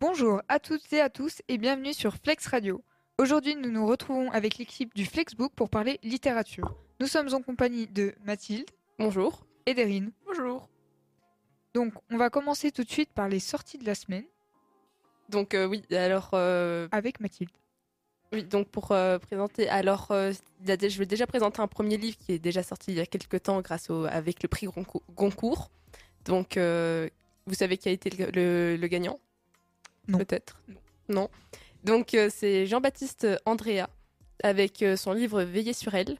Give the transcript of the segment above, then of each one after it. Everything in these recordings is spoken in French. Bonjour à toutes et à tous et bienvenue sur Flex Radio. Aujourd'hui, nous nous retrouvons avec l'équipe du Flexbook pour parler littérature. Nous sommes en compagnie de Mathilde Bonjour. et d'Erin. Bonjour. Donc, on va commencer tout de suite par les sorties de la semaine Donc euh, oui, alors euh, avec Mathilde. oui, donc pour euh, présenter, alors euh, il y a des- je vais déjà présenter un premier livre qui est déjà sorti il y a quelques temps grâce au avec le prix Gonco- Goncourt. Donc euh, vous savez qui a été le, le- le gagnant Non. Peut-être. Non. Donc euh, c'est Jean-Baptiste Andrea avec euh, son livre Veiller sur elle.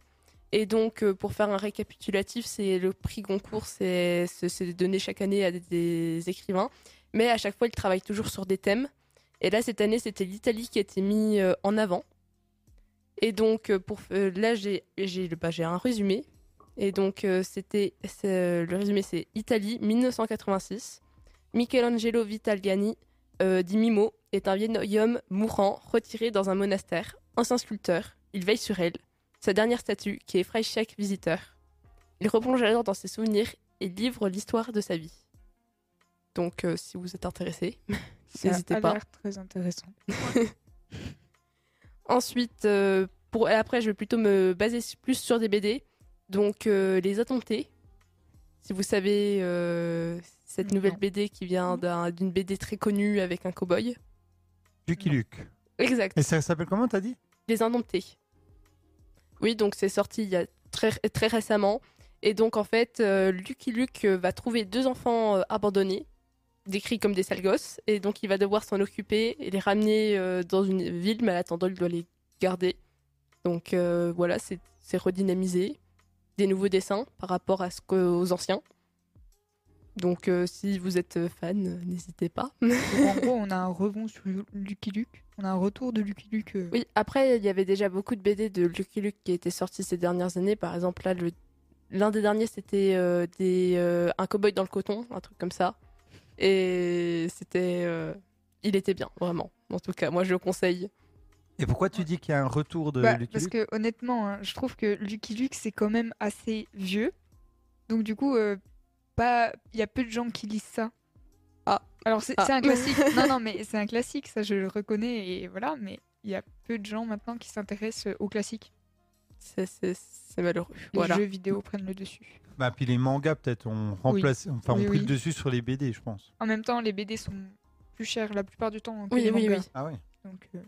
Et donc, euh, pour faire un récapitulatif, c'est le prix Goncourt, c'est c'est- c'est donné chaque année à des, des écrivains, mais à chaque fois, ils travaillent toujours sur des thèmes. Et là, cette année, c'était l'Italie qui était mis euh, en avant. Et donc, euh, pour euh, là, j'ai j'ai le- bah, j'ai un résumé. Et donc, euh, c'était c'est, euh, le résumé, c'est Italie 1986. Michelangelo Vitaliani euh, dit Mimo est un vieil homme mourant retiré dans un monastère, ancien sculpteur. Il veille sur elle sa dernière statue qui effraie chaque visiteur. Il replonge alors dans ses souvenirs et livre l'histoire de sa vie. Donc, euh, si vous êtes intéressé, Ça n'hésitez a pas. l'air très intéressant. Ensuite, euh, pour, et après, je vais plutôt me baser s- plus sur des BD. Donc, euh, Les Attentés. Si vous savez, euh, cette Non. nouvelle BD qui vient d'un- d'une BD très connue avec un cow-boy. Lucky Non. Luke. Exact. Et ça s'appelle comment, t'as dit Les Indomptés. Oui, donc c'est sorti il y a très, très récemment. Et donc, en fait, euh, Lucky Luke euh, va trouver deux enfants euh, abandonnés, décrits comme des sales gosses. Et donc, il va devoir s'en occuper et les ramener euh, dans une ville, mais en attendant, il doit les garder. Donc, euh, voilà, c'est c'est redynamisé. Des nouveaux dessins par rapport à ce que- aux anciens. Donc, euh, si vous êtes fan, euh, n'hésitez pas. Donc, en gros, on a un rebond sur Lucky Luke. On a un retour de Lucky Luke. euh, Oui, après, il y avait déjà beaucoup de BD de Lucky Luke qui étaient sortis ces dernières années. Par exemple, là, le- l'un des derniers, c'était euh, des, euh, Un cowboy dans le coton, un truc comme ça. Et c'était. euh, il était bien, vraiment. En tout cas, moi, je le conseille. Et pourquoi tu dis qu'il y a un retour de Bah, Lucky parce Luke que honnêtement, hein, je trouve que Lucky Luke c'est quand même assez vieux. Donc du coup, euh, pas, il y a peu de gens qui lisent ça. Ah. Alors c'est Ah. c'est un classique. non non, mais c'est un classique, ça je le reconnais et voilà. Mais il y a peu de gens maintenant qui s'intéressent aux classiques. C'est- C'est c'est malheureux. Les Voilà. jeux vidéo prennent le dessus. Bah, puis les mangas, peut-être, ont remplacé, enfin, Oui, ont oui. pris le dessus sur les BD, je pense. En même temps, les BD sont plus chers la plupart du temps. que Oui, les oui, mangas. oui. Ah ouais. Donc euh,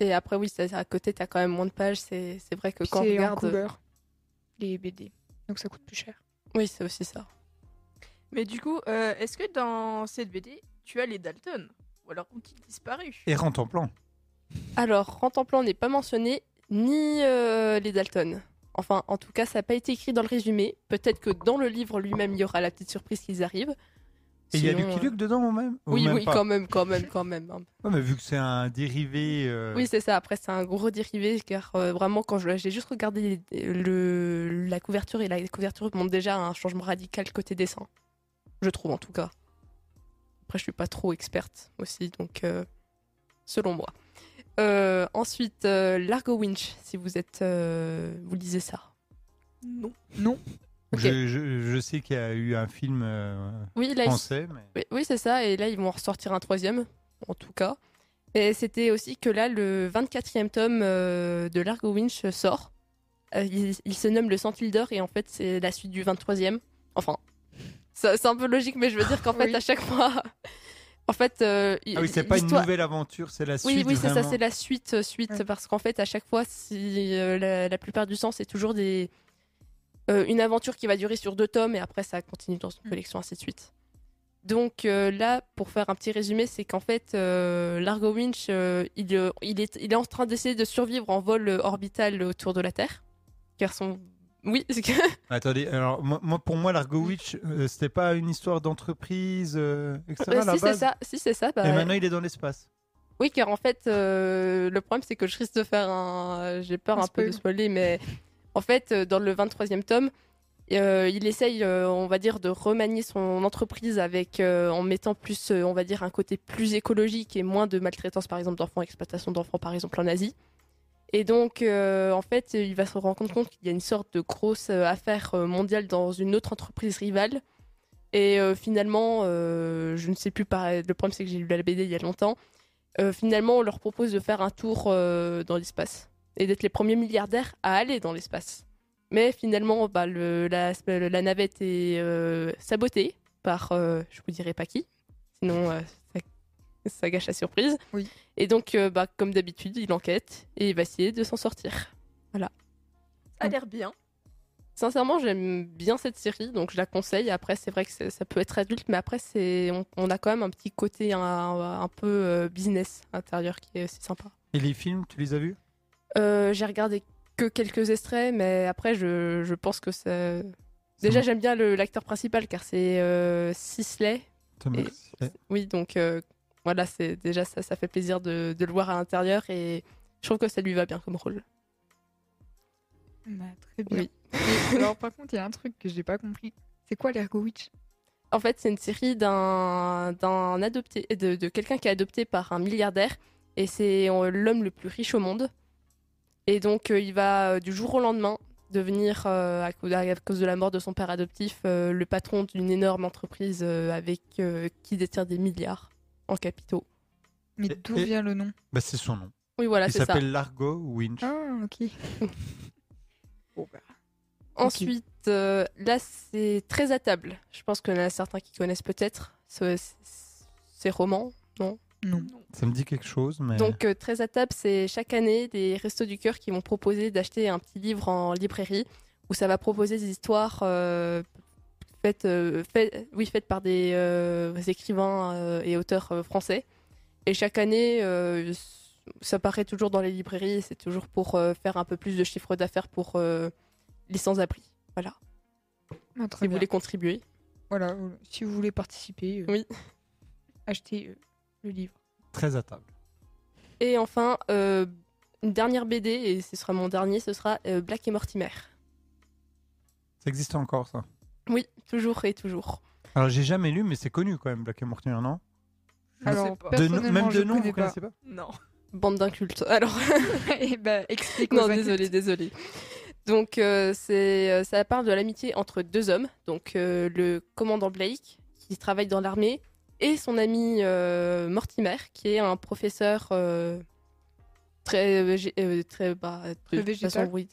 Et après, oui, c'est- à côté, t'as quand même moins de pages. C'est c'est vrai que puis quand on c'est en regarde. euh, cover les BD. Donc ça coûte plus cher. Oui, c'est aussi ça. Mais du coup, euh, est-ce que dans cette BD, tu as les Dalton Ou alors ont-ils disparu Et rentre en plan. Alors, Rentemplan n'est pas mentionné, ni euh, les Dalton. Enfin, en tout cas, ça n'a pas été écrit dans le résumé. Peut-être que dans le livre lui-même, il y aura la petite surprise qu'ils arrivent. Et il y a Sinon, Lucky euh, Luke dedans, ou même Ou Oui, même oui, pas quand même, quand même, quand même. hein. Ouais, mais vu que c'est un dérivé. euh, Oui, c'est ça. Après, c'est un gros dérivé, car euh, vraiment, quand je- j'ai juste regardé les- le, la couverture, et la couverture montre déjà un changement radical côté dessin. Je trouve, en tout cas. Après, je suis pas trop experte aussi, donc euh, selon moi. Euh, ensuite, euh, Largo Winch, si vous êtes, euh, vous lisez ça. Non. Non. ok. Bah, je, je- je sais qu'il y a eu un film euh, Oui, là, ils- français, mais. oui, oui, c'est ça. Et là, ils vont en ressortir un troisième, en tout cas. Et c'était aussi que là, le 24e tome euh, de Largo Winch sort. Euh, il, il se nomme le Centildor et en fait, c'est la suite du 23e. Enfin, ça- c'est un peu logique, mais je veux dire qu'en fait, Oui. à chaque fois. En fait, euh, Ah oui, c'est pas une l'histoire- nouvelle aventure, c'est la Oui, suite. oui, c'est ça, vraiment. c'est la suite, euh, suite, Ouais. parce qu'en fait, à chaque fois, si, euh, la, la plupart du temps, c'est toujours des, euh, une aventure qui va durer sur deux tomes, et après, ça continue dans une Mm. collection, ainsi de suite. Donc euh, là, pour faire un petit résumé, c'est qu'en fait, euh, Largo Winch, euh, il, euh, il, est, il est en train d'essayer de survivre en vol euh, orbital autour de la Terre, car son... Oui, c'est que- Attendez, alors moi, moi, pour moi, l'Argo Witch, euh, c'était pas une histoire d'entreprise, euh, etc. Euh, à la si c'est base ça, si c'est ça, bah, Et maintenant, il est dans l'espace. Oui, car en fait, euh, le problème, c'est que je risque de faire un. J'ai peur Un un, peu de spoiler, mais en fait, euh, dans le 23e tome, euh, il essaye, euh, on va dire, de remanier son entreprise avec, euh, en mettant plus, euh, on va dire, un côté plus écologique et moins de maltraitance, par exemple, d'enfants, exploitation d'enfants, par exemple, en Asie. Et donc, euh, en fait, il va se rendre compte qu'il y a une sorte de grosse euh, affaire euh, mondiale dans une autre entreprise rivale. Et euh, finalement, euh, je ne sais plus, pareil, le problème c'est que j'ai lu la BD il y a longtemps. Euh, finalement, on leur propose de faire un tour euh, dans l'espace et d'être les premiers milliardaires à aller dans l'espace. Mais finalement, bah, le- la, la navette est euh, sabotée par, euh, je vous dirai pas qui, sinon euh, ça, ça gâche la surprise. Oui. Et donc, euh, bah, comme d'habitude, il enquête et il va essayer de s'en sortir. Ça a l'air bien. Sincèrement, j'aime bien cette série, donc je la conseille. Après, c'est vrai que c'est- ça peut être adulte, mais après, c'est on, on a quand même un petit côté un, un peu euh, business intérieur qui est aussi sympa. Et les films, tu les as vus Euh, J'ai regardé que quelques extraits, mais après, je, je pense que ça. Déjà, j'aime bien le- l'acteur principal car c'est euh, Sisley. Tom Et- Hanks. Ouais. Oui, donc euh, voilà, c'est déjà ça, ça fait plaisir de, de le voir à l'intérieur et je trouve que ça lui va bien comme rôle. Bah, très bien. Oui. Et alors, par contre, il y a un truc que j'ai pas compris. C'est quoi l'Ergo Witch En fait, c'est une série d'un d'un adopté, de, de quelqu'un qui est adopté par un milliardaire, et c'est euh, l'homme le plus riche au monde. Et donc, euh, il va euh, du jour au lendemain devenir, euh, à, cause, à cause de la mort de son père adoptif, euh, le patron d'une énorme entreprise euh, avec euh, qui détient des milliards en capitaux. Mais Et- d'où et- vient le nom Bah, c'est son nom. Oui, voilà, Il Ah, c'est ça. s'appelle Largo Winch. Ah, ok. bah, Ensuite, euh, là, c'est très à table. Je pense qu'il y en a certains qui connaissent peut-être ce- ces romans. Non. Ça me dit quelque chose, mais. Donc, euh, très à table, c'est chaque année des Restos du Cœur qui vont proposer d'acheter un petit livre en librairie où ça va proposer des histoires euh, faites, euh, fait- oui, faites par des euh, écrivains euh, et auteurs euh, français. Et chaque année, euh, s- ça paraît toujours dans les librairies et c'est toujours pour euh, faire un peu plus de chiffre d'affaires pour euh, les sans-abri. Voilà, Ah, si très vous bien. voulez contribuer. Voilà, euh, si vous voulez participer, euh, Oui. achetez euh, le livre. Très à table. Et enfin, euh, une dernière BD, et ce sera mon dernier, ce sera euh, Black et Mortimer. Ça existe encore, ça. Oui, toujours et toujours. Alors, j'ai jamais lu, mais c'est connu quand même, Black and Mortimer, non Je sais Alors, pas. De nom- personnellement, Même je de nom, connais vous pas. connaissez pas Non. Bande d'incultes. Alors, Eh ben, explique non, aux adultes. désolé, désolé. Donc, euh, c'est, euh, ça parle de l'amitié entre deux hommes. Donc, euh, le commandant Blake, qui travaille dans l'armée, et son ami euh, Mortimer, qui est un professeur euh, très. euh, gé- euh, très. Bah, de Très toute végétal. façon, oui.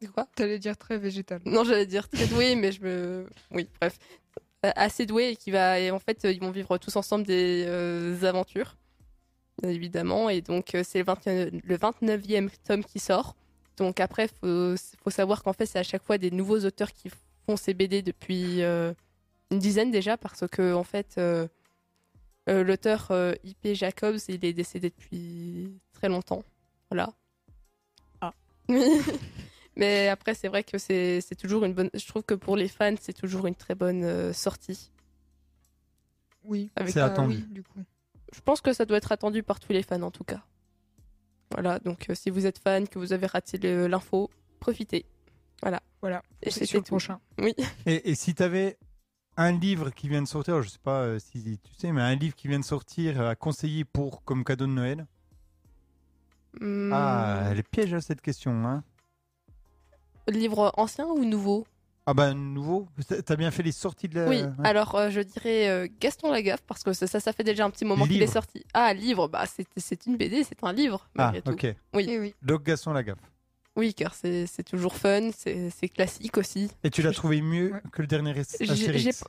C'est quoi T'allais dire très végétal. Non, j'allais dire très doué, mais je me. Oui, bref. Euh, Assez doué et qui va. Et en fait, euh, ils vont vivre tous ensemble des euh, aventures, bien évidemment. Et donc, euh, c'est le, 21 le 29e tome qui sort. Donc, après, faut, faut savoir qu'en fait, c'est à chaque fois des nouveaux auteurs qui font ces BD depuis euh, une dizaine déjà, parce que, en fait, euh, euh, l'auteur euh, IP Jacobs, il est décédé depuis très longtemps. Voilà. Ah. Mais après, c'est vrai que c'est c'est toujours une bonne. Je trouve que pour les fans, c'est toujours une très bonne euh, sortie. Oui. Avec C'est Bah attendu. oui, du coup. Je pense que ça doit être attendu par tous les fans en tout cas. Voilà, donc euh, si vous êtes fan, que vous avez raté le- l'info, profitez. Voilà. C'est Et c'était sur le tout. prochain. Et, et si tu avais un livre qui vient de sortir, alors je sais pas euh, si tu sais, mais un livre qui vient de sortir euh, à conseiller pour comme cadeau de Noël. Hum, Ah, elle est piège à cette question. Hein. Livre ancien ou nouveau Ah bah nouveau, T'as- t'as bien fait les sorties de la. Oui, ouais. alors euh, je dirais euh, Gaston Lagaffe parce que ça, ça, ça fait déjà un petit moment qu'il est Livre. sorti. Ah, livre, bah c'est- c'est une BD, c'est un livre. Ah, malgré tout. ok. Oui. Eh oui. Donc Gaston Lagaffe. Oui, car c'est c'est toujours fun, c'est c'est classique aussi. Et tu l'as trouvé mieux Ouais. que le dernier J'ai- As- j'ai Astérix. pas-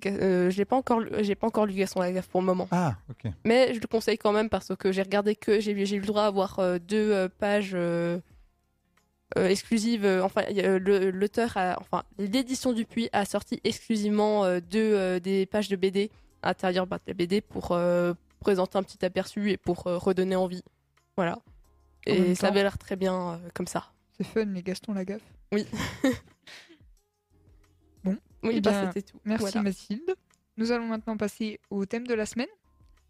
Ga- euh, je l'ai pas encore, lu- j'ai pas encore lu Gaston Lagaffe pour le moment. Ah, ok. Mais je le conseille quand même parce que j'ai regardé que j'ai j'ai eu le droit à voir euh, deux euh, pages euh, euh, exclusives. euh, enfin, il y a, euh, le- l'auteur, a- enfin, l'édition du Puy a sorti exclusivement euh, deux euh, des pages de BD à l'intérieur bah, de la BD pour euh, présenter un petit aperçu et pour euh, redonner envie. Voilà. En même Et ça temps- avait l'air très bien euh, comme ça. C'est fun, les Gaston Lagaffe. Oui, Eh bah, bien, c'était tout. Merci Voilà. Mathilde. Nous allons maintenant passer au thème de la semaine.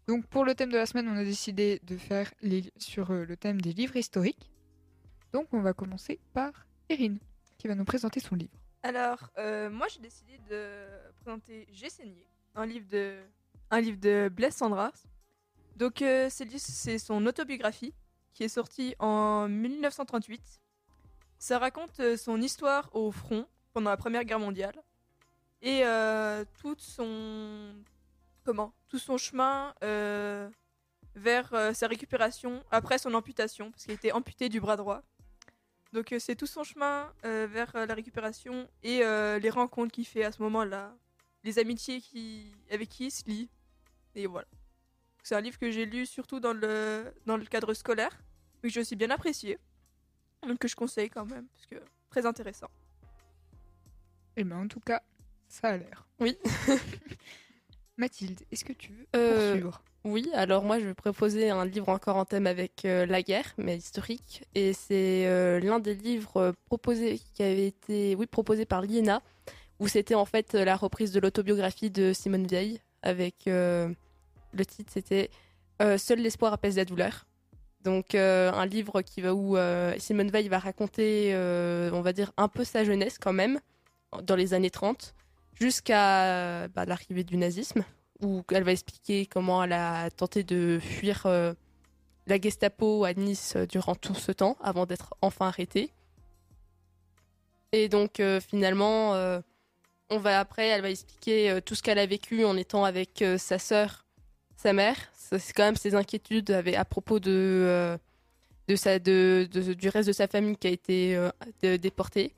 Donc pour le thème de la semaine, on a décidé de faire les- sur euh, le thème des livres historiques. Donc on va commencer par Erin, qui va nous présenter son livre. Alors, euh, moi, j'ai décidé de présenter J'ai saigné, un livre de, un livre de Blaise Sandras. Donc, euh, c'est lui- c'est son autobiographie qui est sortie en 1938. Ça raconte euh, son histoire au front pendant la Première Guerre mondiale. et euh, tout son comment tout son chemin euh, vers euh, sa récupération après son amputation parce qu'il était amputé du bras droit. Donc euh, c'est tout son chemin euh, vers euh, la récupération et euh, les rencontres qu'il fait à ce moment-là, les amitiés qui avec qui il se lie et voilà. C'est un livre que j'ai lu surtout dans le dans le cadre scolaire mais que j'ai aussi bien apprécié donc que je conseille quand même parce que très intéressant. Eh ben, en tout cas, ça a l'air. Oui. Mathilde, est-ce que tu veux Euh, poursuivre Oui, alors moi je vais proposer un livre encore en thème avec euh, la guerre, mais historique. Et c'est euh, l'un des livres euh, proposés qui avait été, oui, proposé par l'INA, où c'était en fait euh, la reprise de l'autobiographie de Simone Veil, avec euh, le titre c'était euh, Seul l'espoir apaise la douleur. Donc euh, un livre qui va où euh, Simone Veil va raconter, euh, on va dire un peu sa jeunesse quand même, dans les années 30, jusqu'à bah, l'arrivée du nazisme où elle va expliquer comment elle a tenté de fuir euh, la Gestapo à Nice euh, durant tout ce temps avant d'être enfin arrêtée. Et donc euh, finalement, euh, on va après, elle va expliquer euh, tout ce qu'elle a vécu en étant avec euh, sa sœur, sa mère. Ça, C'est quand même ses inquiétudes avec- à propos de, euh, de sa, de, de- du reste de sa famille qui a été euh, dé- déportée.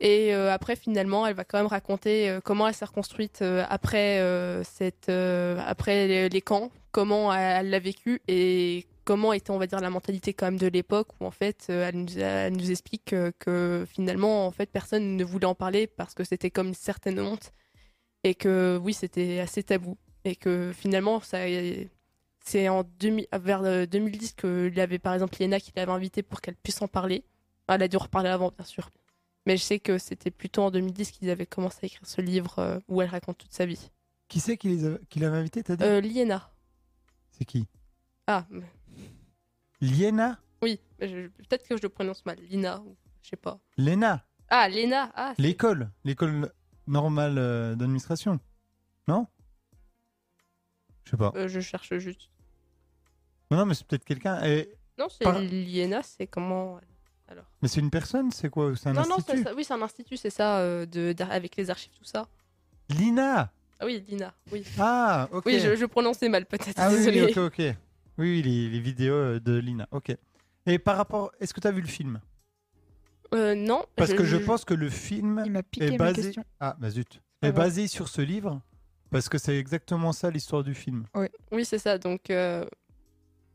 Et euh, après, finalement, elle va quand même raconter euh, comment elle s'est reconstruite euh, après, euh, cette, euh, après les, les camps, comment elle elle l'a vécu et comment était, on va dire, la mentalité quand même de l'époque où, en fait, euh, elle, nous, elle nous explique euh, que finalement, en fait, personne ne voulait en parler parce que c'était comme une certaine honte et que, oui, c'était assez tabou. Et que finalement, ça, c'est en 2000 vers euh, 2010 qu'il avait, par exemple, Léna qui l'avait invitée pour qu'elle puisse en parler. Elle a dû en reparler avant, bien sûr. Mais je sais que c'était plutôt en 2010 qu'ils avaient commencé à écrire ce livre euh, où elle raconte toute sa vie. Qui c'est qui, les a- qui l'avait invité, t'as dit Euh, Liena. C'est qui Ah, Liena oui, je- peut-être que je le prononce mal. Lina, ou je sais pas. Lena Ah, Lena. Ah, c'est- L'école L'école normale euh, d'administration Non Je sais pas. euh, je cherche juste. Non, non, mais c'est peut-être quelqu'un. Et- Non, c'est Par- Liena, c'est comment alors Mais c'est une personne C'est quoi C'est un Non, non, institut c'est ça- oui, c'est un institut, c'est ça, euh, de, d'ar- avec les archives, tout ça. Lina Ah oui, Lina, oui. Ah, ok. Oui, je, je prononçais mal, peut-être. Ah oui, oui, désolée. ok, ok. Oui, oui, les, les vidéos euh, de Lina, ok. Et par rapport, est-ce que tu as vu le film Euh, non. Parce que je pense que le film Il m'a piqué ma est basé... question. Ah, bah zut. pas Est grave. basé sur ce livre, parce que c'est exactement ça l'histoire du film. Oui, c'est ça. Donc euh,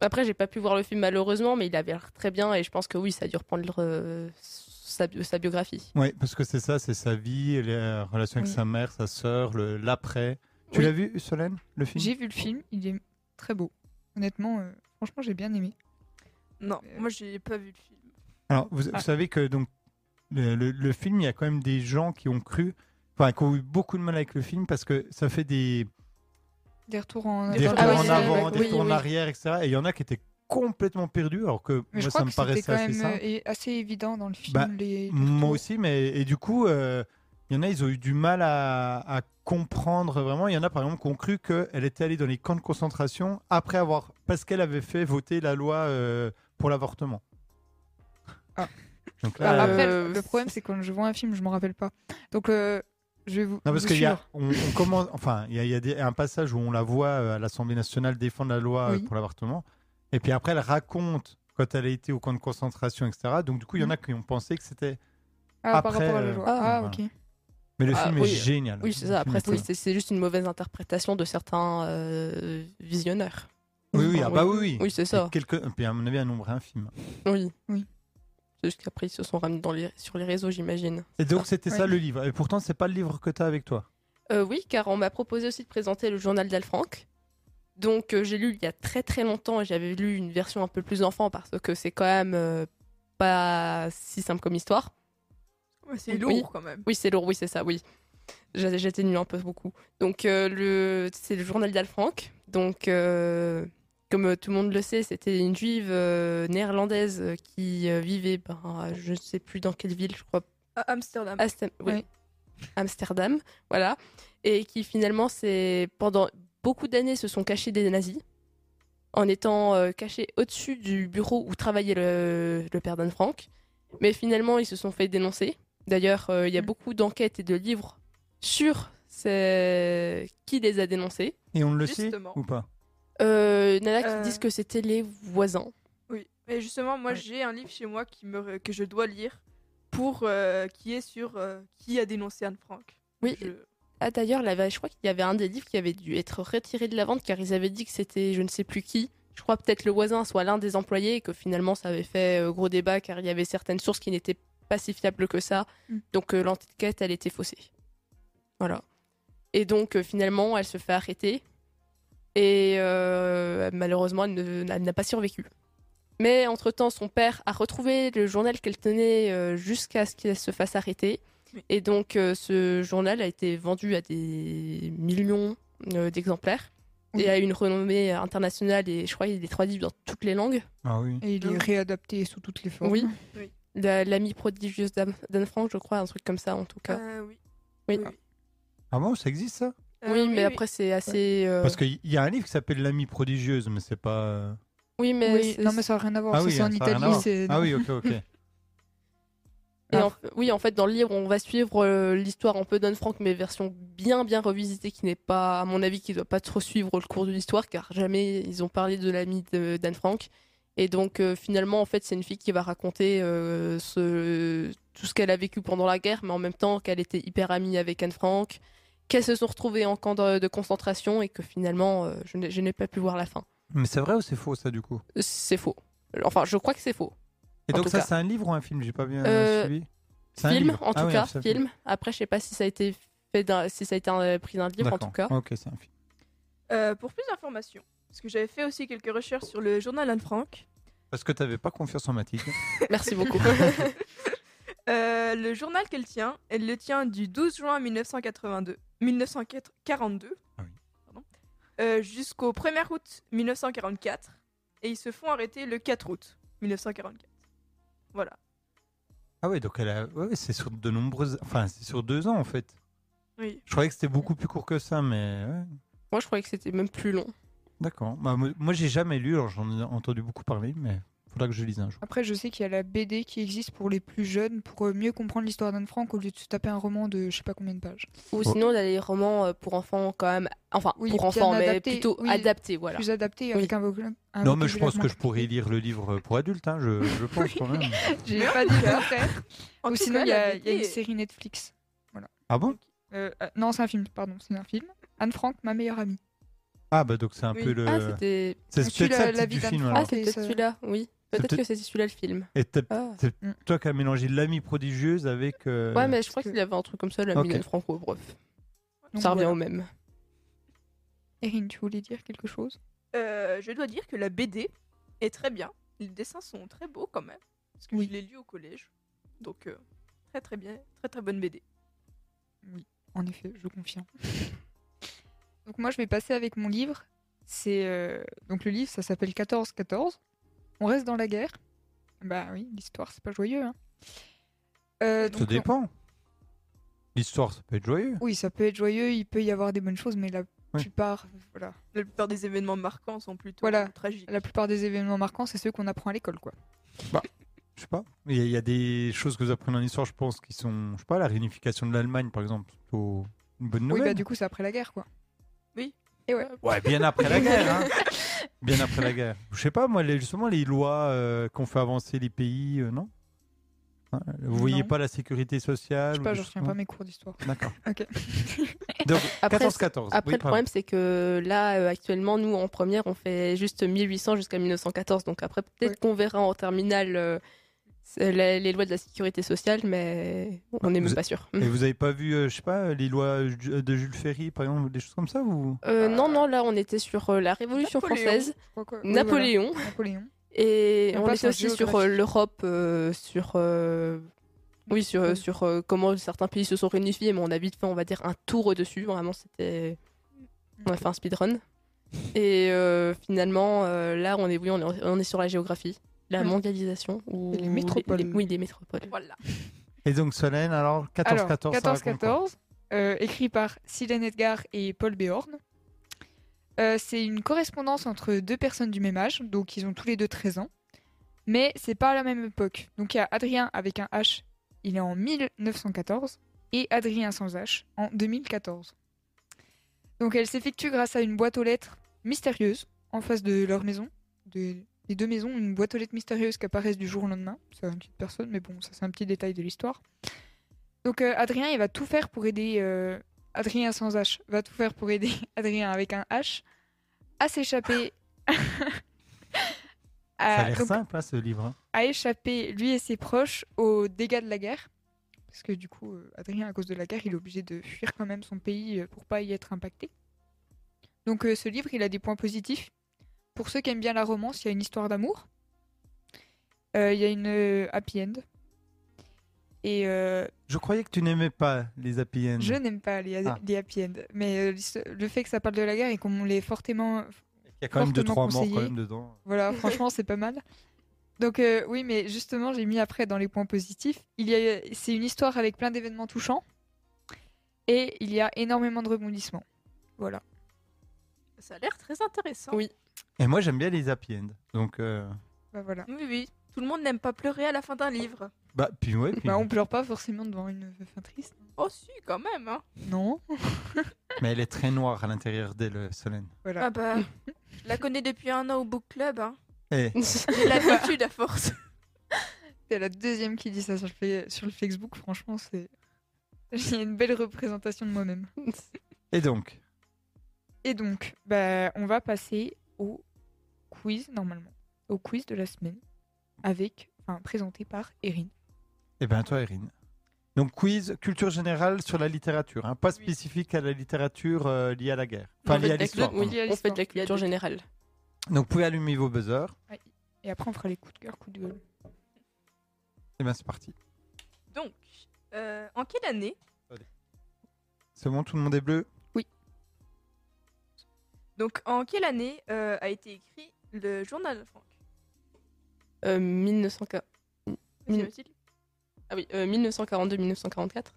après, j'ai pas pu voir le film malheureusement, mais il avait l'air très bien et je pense que oui, ça a dû reprendre euh, sa, bi- sa biographie. Oui, parce que c'est ça, c'est sa vie, les relations avec Oui. sa mère, sa sœur, le- l'après. Tu Oui. l'as vu, Solène, le film J'ai vu le film, il est très beau. Honnêtement, euh, franchement, j'ai bien aimé. Non, Euh, moi j'ai pas vu le film. Alors, vous, vous Ah. savez que donc le, le- le film, il y a quand même des gens qui ont cru, enfin, qui ont eu beaucoup de mal avec le film parce que ça fait des, Des retours en, des dans retours la Ah oui, en réserve. c'est avant, vrai. des Oui, retours en oui. arrière, etc. Et il y en a qui étaient complètement perdus, alors que Mais je moi, crois ça que me c'était paraissait quand assez même simple. euh, é- assez évident dans le film. Bah, les, les Moi retours. aussi, mais et du coup, euh, il y en a, ils ont eu du mal à, à comprendre vraiment. Il y en a, par exemple, qui ont cru qu'elle était allée dans les camps de concentration après avoir, parce qu'elle avait fait voter la loi euh, pour l'avortement. Ah. Donc Bah, là, Euh, après, le- le problème, c'est quand je vois un film, je m'en rappelle pas. Donc, euh, je vais vous. Non, parce vous qu'il y a, suivre. on, on commence, enfin, il y a, il y a des- un passage où on la voit euh, à l'Assemblée nationale défendre la loi euh, Oui. pour l'avortement, et puis après elle raconte quand elle a été au camp de concentration, etc. Donc du coup, il y Mm. en a qui ont pensé que c'était. Ah, par après, rapport à la euh, loi. ah, Ah, voilà. ok. Mais le Ah, film oui. est génial. Oui, c'est Le ça. film Après, est très c'est- c'est c'est juste une mauvaise interprétation de certains euh, visionneurs. bon. Oui, oui, ah bah oui, oui. Oui, c'est ça. Et quelques- et puis à mon avis, un nombre infime. Oui. Oui. C'est juste qu'après, ils se sont ramenés dans les, sur les réseaux, j'imagine. Et donc Ah, c'était ouais. ça le livre. Et pourtant, c'est pas le livre que tu as avec toi. Euh, oui, car on m'a proposé aussi de présenter le journal d'Al Frank. Donc euh, j'ai lu il y a très très longtemps et j'avais lu une version un peu plus enfant parce que c'est quand même euh, pas si simple comme histoire. Ouais, c'est Oui. lourd quand même. Oui, c'est lourd, oui, c'est ça, oui. J'a- J'étais nulle un peu beaucoup. Donc, euh, le, c'est le journal d'Al Frank. Donc, euh, comme euh, tout le monde le sait, c'était une juive euh, néerlandaise euh, qui euh, vivait, ben, euh, je ne sais plus dans quelle ville, je crois, À Amsterdam. Astem- oui. Ouais. Amsterdam, voilà. Et qui finalement, c'est pendant beaucoup d'années, se sont cachés des nazis en étant euh, cachés au-dessus du bureau où travaillait le, le père d'Anne Frank. Mais finalement, ils se sont fait dénoncer. D'ailleurs, euh, il y a Mm. beaucoup d'enquêtes et de livres sur c'est qui les a dénoncés. Et on le sait Justement. ou pas Euh, Nana qui Euh. disent que c'était les voisins. Oui, mais justement, moi Ouais. j'ai un livre chez moi qui me, que je dois lire pour euh, qui est sur euh, qui a dénoncé Anne Frank. Oui. Je- Ah d'ailleurs, là, je crois qu'il y avait un des livres qui avait dû être retiré de la vente car ils avaient dit que c'était je ne sais plus qui. Je crois peut-être le voisin, soit l'un des employés, et que finalement ça avait fait euh, gros débat car il y avait certaines sources qui n'étaient pas si fiables que ça. Mm. Donc euh, l'enquête, elle était faussée. Voilà. Et donc euh, finalement, elle se fait arrêter. Et euh, malheureusement, elle ne- elle n'a pas survécu. Mais entre-temps, son père a retrouvé le journal qu'elle tenait euh, jusqu'à ce qu'elle se fasse arrêter. Oui. Et donc, euh, ce journal a été vendu à des millions euh, d'exemplaires Oui. et a eu une renommée internationale. Et je crois qu'il est traduit dans toutes les langues. Ah oui. Et il est Non. réadapté sous toutes les formes. Oui. Oui. La- L'amie prodigieuse d'Anne d'Anne Frank, je crois, un truc comme ça en tout cas. Euh, oui. oui. oui. Ah bon, ça existe ça Euh, oui, mais après, c'est assez. euh, Parce qu'il y a un livre qui s'appelle L'ami prodigieuse, mais c'est pas. euh, Oui, mais. Oui, c'est- non, mais ça n'a rien à voir. Ah ça, oui, c'est en ça a rien à Italie. voir. c'est- Ah oui, ok, ok. Et Ah. en- oui, en fait, dans le livre, on va suivre euh, l'histoire un peu d'Anne Frank, mais version bien, bien revisitée, qui n'est pas, à mon avis, qui ne doit pas trop suivre le cours de l'histoire, car jamais ils ont parlé de l'ami de- d'Anne Frank. Et donc, euh, finalement, en fait, c'est une fille qui va raconter euh, ce- tout ce qu'elle a vécu pendant la guerre, mais en même temps qu'elle était hyper amie avec Anne Frank, qu'elles se sont retrouvées en camp de, de concentration, et que finalement, euh, je n'ai- je n'ai pas pu voir la fin. Mais c'est vrai ou c'est faux ça du coup C'est faux. Enfin, je crois que c'est faux. Et En donc tout ça cas. c'est un livre ou un film J'ai pas bien Euh, suivi. C'est un Film, livre. en tout Ah oui, cas, ça fait- film. Après, je sais pas si ça a été fait d'un, si ça a été euh, pris d'un livre, en D'accord. tout cas. Ok, c'est un film. Euh, pour plus d'informations, parce que j'avais fait aussi quelques recherches sur le journal Anne Frank, Parce que t'avais pas confiance en Mathilde. Merci beaucoup. euh, le journal qu'elle tient, elle le tient du 12 juin 1982, 1942 Ah oui. pardon, euh, jusqu'au 1er août 1944, et ils se font arrêter le 4 août 1944. Voilà. ah oui, donc elle a. Ouais, ouais, c'est sur de nombreuses. Enfin, c'est sur deux ans en fait. Oui. Je croyais que c'était beaucoup plus court que ça, mais. ouais. Moi, je croyais que c'était même plus long. D'accord. Bah, moi, moi, j'ai jamais lu, alors j'en ai entendu beaucoup parler, mais faudra que je lise un jour. Après, je sais qu'il y a la BD qui existe pour les plus jeunes pour euh, mieux comprendre l'histoire d'Anne Frank au lieu de se taper un roman de je sais pas combien de pages. Oh. Ou sinon, on a les romans euh, pour enfants, quand même. Enfin, Oui, pour bien enfants, mais adaptés, plutôt oui. adaptés, voilà. Plus adapté avec un vocabulaire. un non, mais je vocabulaire pense que moins je pourrais compliqué. lire le livre pour adultes, hein, je, je pense quand même. J'ai pas dit le contraire. En Ou tout sinon, cas, il y, la a il y a une BD série Netflix. Ah bon Euh, euh, non, c'est un film, pardon, c'est un film. Anne Frank, ma meilleure amie. Ah bah donc c'est un Oui. peu le. Ah, c'était. c'est Ensuite, peut-être la- ça le la titre du vie d'Anne film. Frank. Ah, alors. c'est c'est peut-être ça. celui-là, oui. C'est Peut-être peut- que c'est celui-là le film. Et t'as- Ah. c'est Mm. toi qui as mélangé l'ami prodigieuse avec. euh, Ouais, mais je crois que- qu'il y avait un truc comme ça, la Ok. Mylène Franco, bref. Donc, ça revient voilà. au même. Erin, tu voulais dire quelque chose Euh, je dois dire que la BD est très bien. Les dessins sont très beaux quand même. Parce que Oui. je l'ai lu au collège. Donc, euh, très très bien. Très très bonne BD. En effet, je confirme. donc moi, je vais passer avec mon livre. C'est euh, donc le livre, ça s'appelle 14-14. On reste dans la guerre. Bah oui, l'histoire, c'est pas joyeux. hein. Euh, Ça donc, dépend. L'histoire, ça peut être joyeux. on- Oui, ça peut être joyeux, il peut y avoir des bonnes choses, mais la Oui. plupart, voilà, La plupart des événements marquants sont plutôt Voilà. tragiques. la plupart des événements marquants, c'est ceux qu'on apprend à l'école, quoi. Je sais pas. Il y, a- il y a des choses que vous apprenez en histoire, je pense, qui sont, je sais pas, la réunification de l'Allemagne, par exemple, c'est plutôt une bonne Oui, nouvelle. bah du coup, c'est après la guerre, quoi. Ah, Ouais, bien après la guerre. hein. Bien après la guerre. Je sais pas, moi, les- justement, les lois euh, qu'on fait avancer les pays, euh, non Hein, Vous voyez Non. pas la sécurité sociale Je sais pas, ou des je choses retiens pas mes cours d'histoire. comme- D'accord. Ok. Donc, Après, 14-14. Après, Oui, le problème, c'est que là, euh, actuellement, nous, en première, on fait juste 1800 jusqu'à 1914. Donc après, peut-être Ouais. qu'on verra en terminale euh, c'est la- les, lois de la sécurité sociale, mais on n'est Vous- même pas sûr. Mm. pardon. Et vous avez pas vu, euh, je sais pas, les lois ju- euh, de Jules Ferry, par exemple, ou des choses comme ça ou... Euh, non, non, là, on était sur euh, la Révolution Napoléon. française, Je crois quoi. Oui, voilà. Napoléon, Napoléon. et On on, passe était en aussi sur géographie. euh, l'europe, euh, sur. euh, Oui, sur, euh, sur euh, comment certains pays se sont réunifiés, mais on a vite fait, on va dire, un tour dessus. Vraiment, c'était. On a fait un speedrun. Et euh, finalement, euh, là, on est, oui, on est, on est sur la géographie, la Oui. mondialisation. Ou Et les métropoles. oui, les métropoles. Voilà. Et donc, Solène, alors, 14-14. Alors, ça raconte quoi 14-14, euh, écrit par Sylvain Edgar et Paul Béorn. Euh, c'est une correspondance entre deux personnes du même âge, donc ils ont tous les deux 13 ans, mais c'est pas à la même époque. Donc il y a Adrien avec un H, il est en 1914, et Adrien sans H en 2014. Donc elle s'effectue grâce à une boîte aux lettres mystérieuse en face de leur maison. De, les deux maisons, une boîte aux lettres mystérieuse qui apparaissent du jour au lendemain. C'est une petite personne, mais bon, ça c'est un petit détail de l'histoire. Donc euh, Adrien, il va tout faire pour aider euh, Adrien sans H, va tout faire pour aider Adrien avec un H à s'échapper. Ça à- a l'air euh, donc, simple, hein, ce livre. hein. a échappé, lui et ses proches, aux dégâts de la guerre. Parce que du coup, euh, Adrien, à cause de la guerre, il est obligé de fuir quand même son pays euh, pour pas y être impacté. Donc euh, ce livre, il a des points positifs. Pour ceux qui aiment bien la romance, il y a une histoire d'amour. Euh, Il y a une euh, happy end. Et euh, Je croyais que tu n'aimais pas les happy ends. je n'aime pas les, Ah. les happy end. Mais euh, l'histo- le fait que ça parle de la guerre et qu'on l'ait fortement Il y a quand même deux fortement trois morts conseillé. quand même dedans. Voilà, franchement, c'est pas mal. Donc euh, oui, mais justement, j'ai mis après dans les points positifs. Il y a, c'est une histoire avec plein d'événements touchants et il y a énormément de rebondissements. Voilà. Ça a l'air très intéressant. Oui. Et moi j'aime bien les happy ends. Donc euh, Bah voilà. oui, oui. Tout le monde n'aime pas pleurer à la fin d'un livre. bah puis ouais. puis- Bah on pleure pas forcément devant une fin triste. Oh si, quand même. Hein. Non. Mais elle est très noire à l'intérieur d'elle, euh, Solène. Voilà. Ah bah, je la connais depuis un an au book club. Hein. Eh, J'ai l'habitude à force. C'est la deuxième qui dit ça sur le, fa- sur le Facebook. Franchement, c'est j'ai une belle représentation de moi-même. Et donc, Et donc, bah, on va passer au quiz normalement, au quiz de la semaine avec, enfin, présenté par Erin. eh ben toi, Erin. Donc quiz culture générale sur la littérature, hein, pas Oui. spécifique à la littérature euh, liée à la guerre, enfin On fait liée à de la- l'histoire. oui, pardon. Liée à on fait de la l'histoire. culture générale. Donc vous pouvez allumer vos buzzers. Et après, on fera les coups de cœur, coups de gueule. Et ben c'est parti. Donc, euh, en quelle année C'est bon, tout le monde est bleu. Donc, en quelle année euh, a été écrit le journal de Franck Euh, 1900... Monsieur Mm. Mathilde Ah oui, euh, 1942-1944.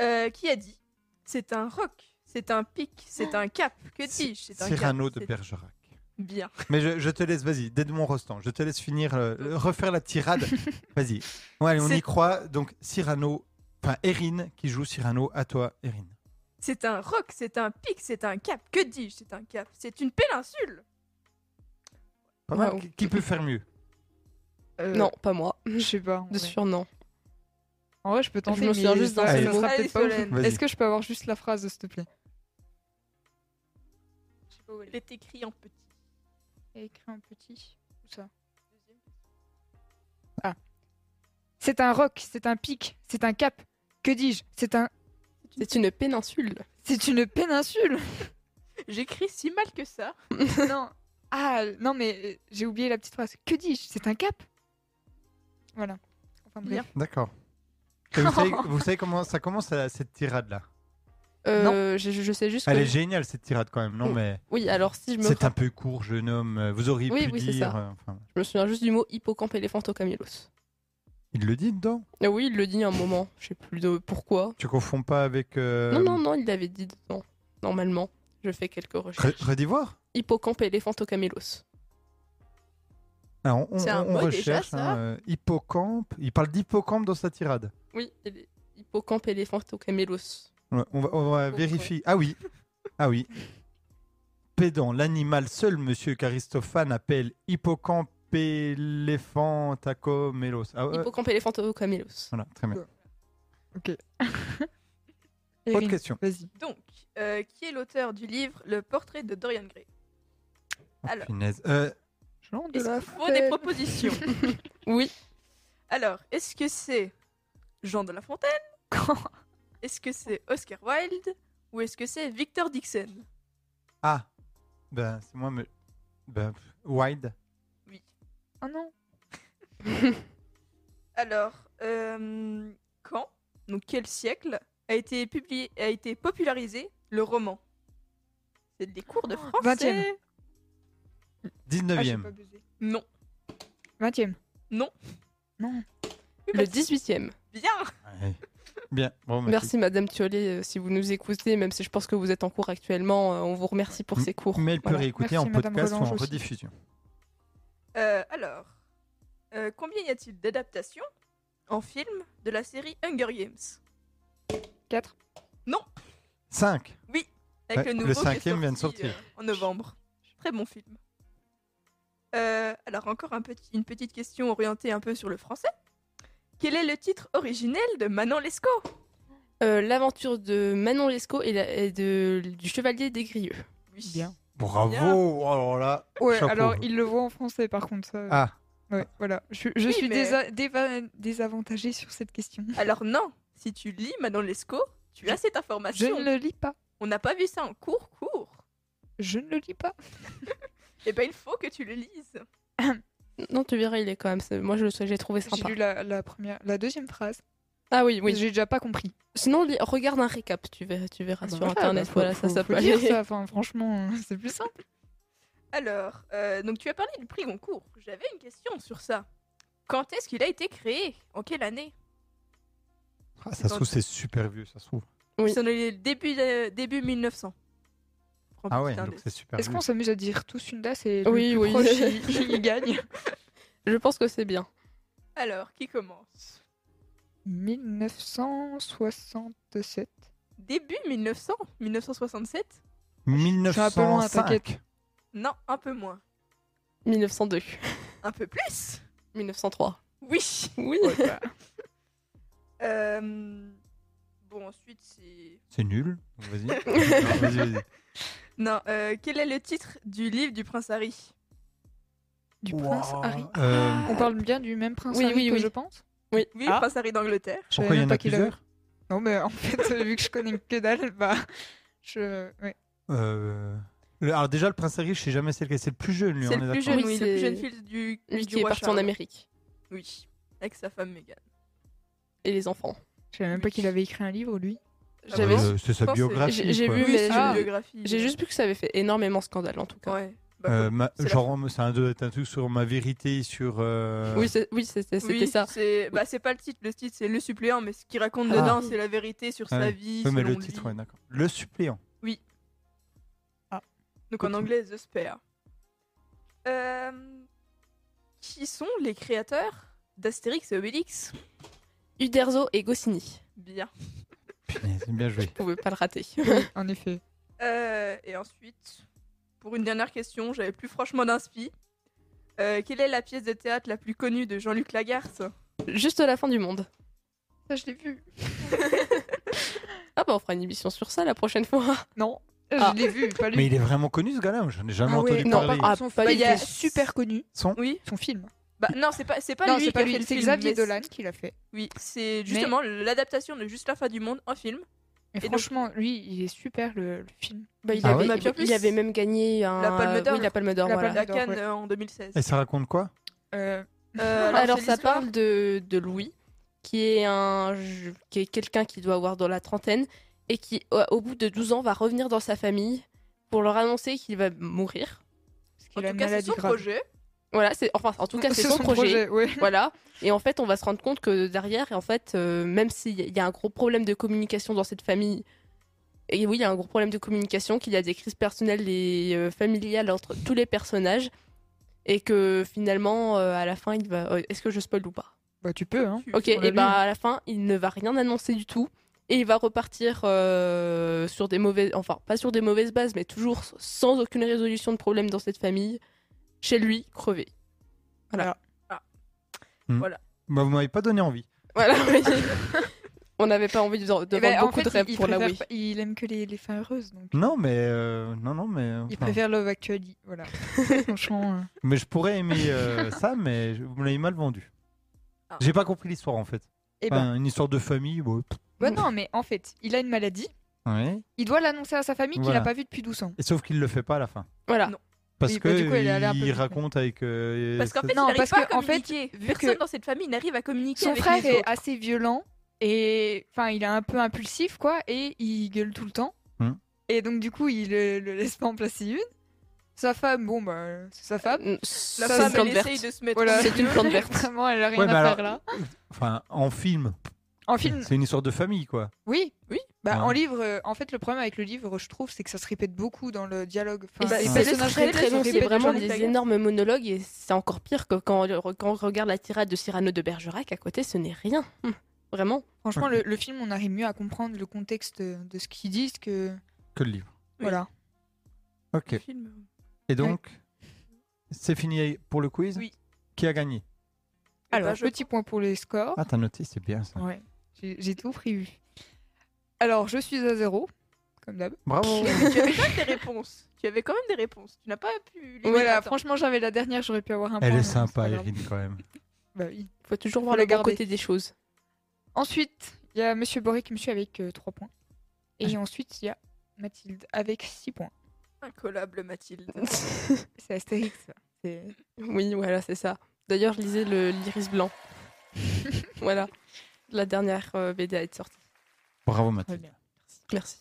Euh, Qui a dit C'est un roc, c'est un pic, c'est un cap. Que dis-je C'est un cap, Cyrano de c'est- Bergerac. Bien. Mais je, je te laisse, vas-y, Dedmon Rostand, je te laisse finir, euh, le- refaire la tirade. vas-y. Ouais, allez, on C'est- y croit. Donc Cyrano, enfin Erin qui joue Cyrano, à toi, Erin. C'est un roc, c'est un pic, c'est un cap. Que dis-je C'est un cap. C'est une péninsule. Pas mal. Waouh. Qui- Qui peut faire mieux Euh, Non, pas moi. Je sais pas. En vrai, De sûr, non. En vrai, je peux tenter. me souviens mais juste d'un ça- seul ça mot. sera Allez, peut-être pas ouf. Solène. Vas-y. Est-ce que je peux avoir juste la phrase, s'il te plaît Je sais pas où elle est. Elle est écrite en petit. Écris en petit. ça Ah. C'est un roc, c'est un pic, c'est un cap. Que dis-je C'est un. C'est une péninsule. C'est une péninsule J'écris si mal que ça. Non. Ah, non, mais euh, j'ai oublié la petite phrase. Que dis-je C'est un cap Voilà. Enfin, bref. Bien. D'accord. Et Vous savez, vous savez comment ça commence à- cette tirade là Euh, Je, je sais juste Ah, Elle que- est géniale cette tirade quand même, non Mm. mais Oui, alors si je me, c'est un peu court, jeune homme. euh, Vous auriez Oui, pu oui, c'est dire. ça. euh, enfin, je me souviens juste du mot hippocampe éléphantocamielos. il le dit dedans. Ah oui, il le dit à un moment. Je sais plus de pourquoi. Tu confonds pas avec. euh, Non, non, non, il l'avait dit dedans. Normalement, je fais quelques Re- recherches. redis voir. Hippocampe éléphantocamielos. Ah, on on- C'est un on mot déjà, recherche. ça hein, euh, hippocampe. Il parle d'hippocampe dans sa tirade. Oui, il est- hippocampe éléphantocamielos. Ouais, On va, on va Pourquoi vérifier. Ah oui. Ah oui. Pédant, l'animal seul, monsieur Caristophane appelle hippocampe éléphantacomélos. Ah ouais, Hippocampe éléphantocamielos. Voilà, très bien. Erin, Autre question. Vas-y. Donc, euh, qui est l'auteur du livre Le portrait de Dorian Gray Alors, Punaise. Euh, Jean de est-ce la qu'il faut des Fontaine. propositions Oui, Alors, est-ce que c'est Jean de La Fontaine Est-ce que c'est Oscar Wilde Ou est-ce que c'est Victor Dixon Ah, ben c'est moi, mais. Ben, pff, wide. Oui. Ah non. Alors, euh, quand, donc quel siècle, a été, publié, a été popularisé le roman C'est des cours Oh, de français 20e. 19 Ah, j'ai e pas buzzé. Non. 20e. Non. Non. le 18e. Bien Bien, bon, bah, Merci Madame Thiollet, euh, si vous nous écoutez, même si je pense que vous êtes en cours actuellement, euh, on vous remercie pour Mm. ces cours. Mais elle peut Voilà. réécouter Merci, en Madame podcast ou en Relange aussi. rediffusion. Euh, alors, euh, combien y a-t-il d'adaptations en film de la série Hunger Games 4. 5. Avec Ouais, le le nouveau qui est cinquième vient de sorti, sortir. euh, en novembre. Très bon film. Euh, alors encore un petit- une petite question orientée un peu sur le français. Quel est le titre originel de Manon Lescaut Euh, L'aventure de Manon Lescaut et, la- et de, du Chevalier des Grieux. Oui. Bien. Bravo. Bien. Oh alors là. Ouais, chapeau. alors il le voit en français par contre. ça, Ah, ouais, voilà. Je, je Oui, suis mais- désa- déva- désavantagée sur cette question. Alors non, si tu lis Manon Lescaut, tu as cette Ah, Je information. ne le lis pas. On n'a pas vu ça en cours, cours. Je ne le lis pas. Eh ben il faut que tu le lises. Non, tu verras, il est quand même. c'est- Moi, je le sais, j'ai trouvé J'ai sympa. lu la, la première, la deuxième phrase. Ah oui, oui. J'ai déjà pas compris. Sinon, li- regarde un récap, tu verras, tu verras Ah bah sur voilà, internet. bah, faut- voilà, faut- ça, ça faut peut lire aller. ça, enfin, franchement, euh, c'est plus simple. Alors, euh, donc tu as parlé du prix Goncourt. J'avais une question sur ça. Quand est-ce qu'il a été créé En quelle année Ah, ça se trouve c'est super vieux, ça se trouve. Oui. C'est dans les début, de- début 1900. Prends Ah plus ouais, d'un donc des- c'est super Est-ce vieux. qu'on s'amuse à dire tous une date et Oui, le plus oui. proche il, il gagne Je pense que c'est bien. Alors, qui commence 1967. Début 1900 1967 suis un peu loin, t'inquiète. 1905. Non, un peu moins. 1902. Un peu plus 1903. Oui Oui. Euh, Bon, ensuite c'est... C'est nul. Donc, Vas-y. Non, vas-y, vas-y. Non, euh, quel est le titre du livre du prince Harry Du prince Wow. Harry. Ah, Euh, On parle bien du même prince Oui, Harry oui, que oui. je pense oui. Oui, Ah. le prince Harry d'Angleterre. Je savais pourquoi il y même en pas a qu'il avait- plusieurs Non, mais en fait, euh, vu que je connais que dalle, bah, je. ouais. Euh, le- Alors déjà, le prince Harry, je sais jamais c'est lequel. C'est le plus jeune, lui. C'est on le est plus d'accord. Oui, jeune, oui, le plus c'est jeune fils du, Lui du qui est roi parti en Charles. Amérique. Oui, avec sa femme Meghan. Et les enfants. Je savais même pas qu'il avait écrit un livre, lui. Ah J'avais bon juste- Euh, c'est sa Je pense que biographie. j'ai- j'ai quoi. vu- Oui, mais c'est ah, une biographie. euh, J'ai juste vu que ça avait fait énormément scandale en tout cas. Ouais. Bah, Euh, comme- ma- c'est la- genre, c'est un, un truc sur ma vérité, sur. euh, Oui, c'est- oui, c'était c'était oui, ça. C'est bah, c'est pas le titre, le titre c'est le suppléant, mais ce qu'il raconte Ah. dedans c'est la vérité sur Ah sa oui. vie. Ouais, mais selon le lui. titre, ouais, d'accord. Le suppléant. Donc en Ok. anglais, The Spare. Euh, Qui sont les créateurs d'Astérix et Obélix Uderzo et Goscinny. Bien. Putain, c'est bien joué. Je pouvais pas le rater. En effet. Euh, et ensuite, pour une dernière question, j'avais plus franchement d'inspi. Euh, quelle est la pièce de théâtre la plus connue de Jean-Luc Lagarde Juste à la fin du monde. Ça, je l'ai vu. Ah bah on fera une émission sur ça la prochaine fois. Non, Ah. je l'ai vu, pas lui. Mais il est vraiment connu ce gars-là, moi, j'en ai jamais Ah ouais, entendu non, parler. ah, son pas film lui. est super connu. Son- Oui. Son film. Bah non, c'est pas c'est pas non, lui c'est qui pas a fait lui, le c'est film. Xavier mais Dolan qui l'a fait. Oui, c'est justement l'adaptation de Juste la fin du monde en film. Et, donc- franchement, lui, il est super le, le film. Bah, il, Ah avait, ouais il- il avait même gagné un... La Palme d'Or. oui, la Palme d'Or. La voilà. Palme La J'adore, Cannes Ah, ouais. euh, en 2016. Et ça raconte quoi Euh, Euh, Alors, c'est ça l'histoire- parle de, de Louis, qui est, un, je- qui est quelqu'un qui doit avoir dans la trentaine et qui, au, au bout de 12 ans, va revenir dans sa famille pour leur annoncer qu'il va mourir. parce En qu'il a tout une cas, c'est maladie son grave. projet. Voilà, c'est enfin en tout cas c'est son, projet. ouais. Voilà. Et en fait, on va se rendre compte que derrière, et en fait, euh, même s'il y a- il y a un gros problème de communication dans cette famille, et oui, il y a un gros problème de communication, qu'il y a des crises personnelles et euh, familiales entre tous les personnages, et que finalement, euh, à la fin, il va. euh, Est-ce que je spoil ou pas Bah, tu peux, hein. Tu- Ok, On l'a et lu. bah à la fin, il ne va rien annoncer du tout. Et il va repartir euh, sur des mauvaises. Enfin, pas sur des mauvaises bases, mais toujours sans aucune résolution de problème dans cette famille. Chez lui, crevé. Bah, Vous m'avez pas donné envie. Voilà, oui. On n'avait pas envie de, de Eh ben, vendre en beaucoup fait, de rêves il, pour il la préfère Wii. pas- Il aime que les, les fins heureuses, donc. Non, mais euh, non, non, mais. Il enfin, préfère Love Actually, voilà. Franchement, euh, Mais je pourrais aimer euh, ça, mais je- vous me l'avez mal vendu. Ah. J'ai pas compris l'histoire en fait. eh ben. Enfin, Une histoire de famille. bon, pff, Bah non, mais en fait, il a une maladie. ouais. Il doit l'annoncer à sa famille qu'il Voilà. n'a pas vu depuis 12 ans. Et sauf qu'il le fait pas à la fin. Voilà. Non. Parce Oui, que bah, du coup, elle est allée un peu il vite, ouais. raconte avec. euh, Parce qu'en sa- fait, Non, il n'arrive parce pas à que, en fait, communiquer. vu Personne que dans cette famille n'arrive à communiquer Son avec frère les est autres. assez violent et enfin, il est un peu impulsif, quoi, et il gueule tout le temps. Hum. Et donc, du coup, il euh, le laisse pas en placer une. Sa femme, bon, bah, c'est sa femme. La La Ça, femme, c'est elle une essaye de se mettre Voilà. au Euh, C'est une milieu. plante verte. Vraiment, elle a rien Ouais, mais à alors, faire là. Enfin, en film. En film, C'est Ah. une histoire de famille, quoi. oui. Oui. Bah, Ouais. En livre, euh, en fait, le problème avec le livre, je trouve, c'est que ça se répète beaucoup dans Bah, le dialogue. Enfin, Et les Bah, c'est ouais. très, personnages très, répètent, très long, répètent, c'est vraiment répètent. des énormes monologues et c'est encore pire que quand on, quand on regarde la tirade de Cyrano de Bergerac à côté, ce n'est rien. Hum. Vraiment. Franchement, le, le film, on arrive mieux à comprendre le contexte de ce qu'ils disent que. Que le livre. Oui. Voilà. Ok. Le film. Eh Et donc, c'est fini pour le quiz Oui. Qui a gagné bah, Eh Alors, ben, je petit point pour les scores. Ah, t'as noté, c'est bien ça. Ouais, j'ai j'ai tout prévu. Alors, je suis à zéro, comme d'hab. Bravo Tu avais quand même des réponses. Tu avais quand même des réponses. Tu n'as pas pu. les Voilà, dire à temps. franchement, j'avais la dernière, j'aurais pu avoir un point. Elle mais est c'est pas sympa, grave. Erin, quand même. Bah oui. Faut toujours Faut voir le le bon garder. côté des choses. Ensuite, il y a Monsieur Boric, Monsieur avec 3 points. Et ensuite, il y a Mathilde avec 6 points. Incollable, Mathilde. C'est Astérix, ça. C'est- oui, voilà, c'est ça. D'ailleurs, je lisais le l'iris blanc. voilà. La dernière euh, BD à être sortie. Bravo, Très Mathilde. bien. Merci.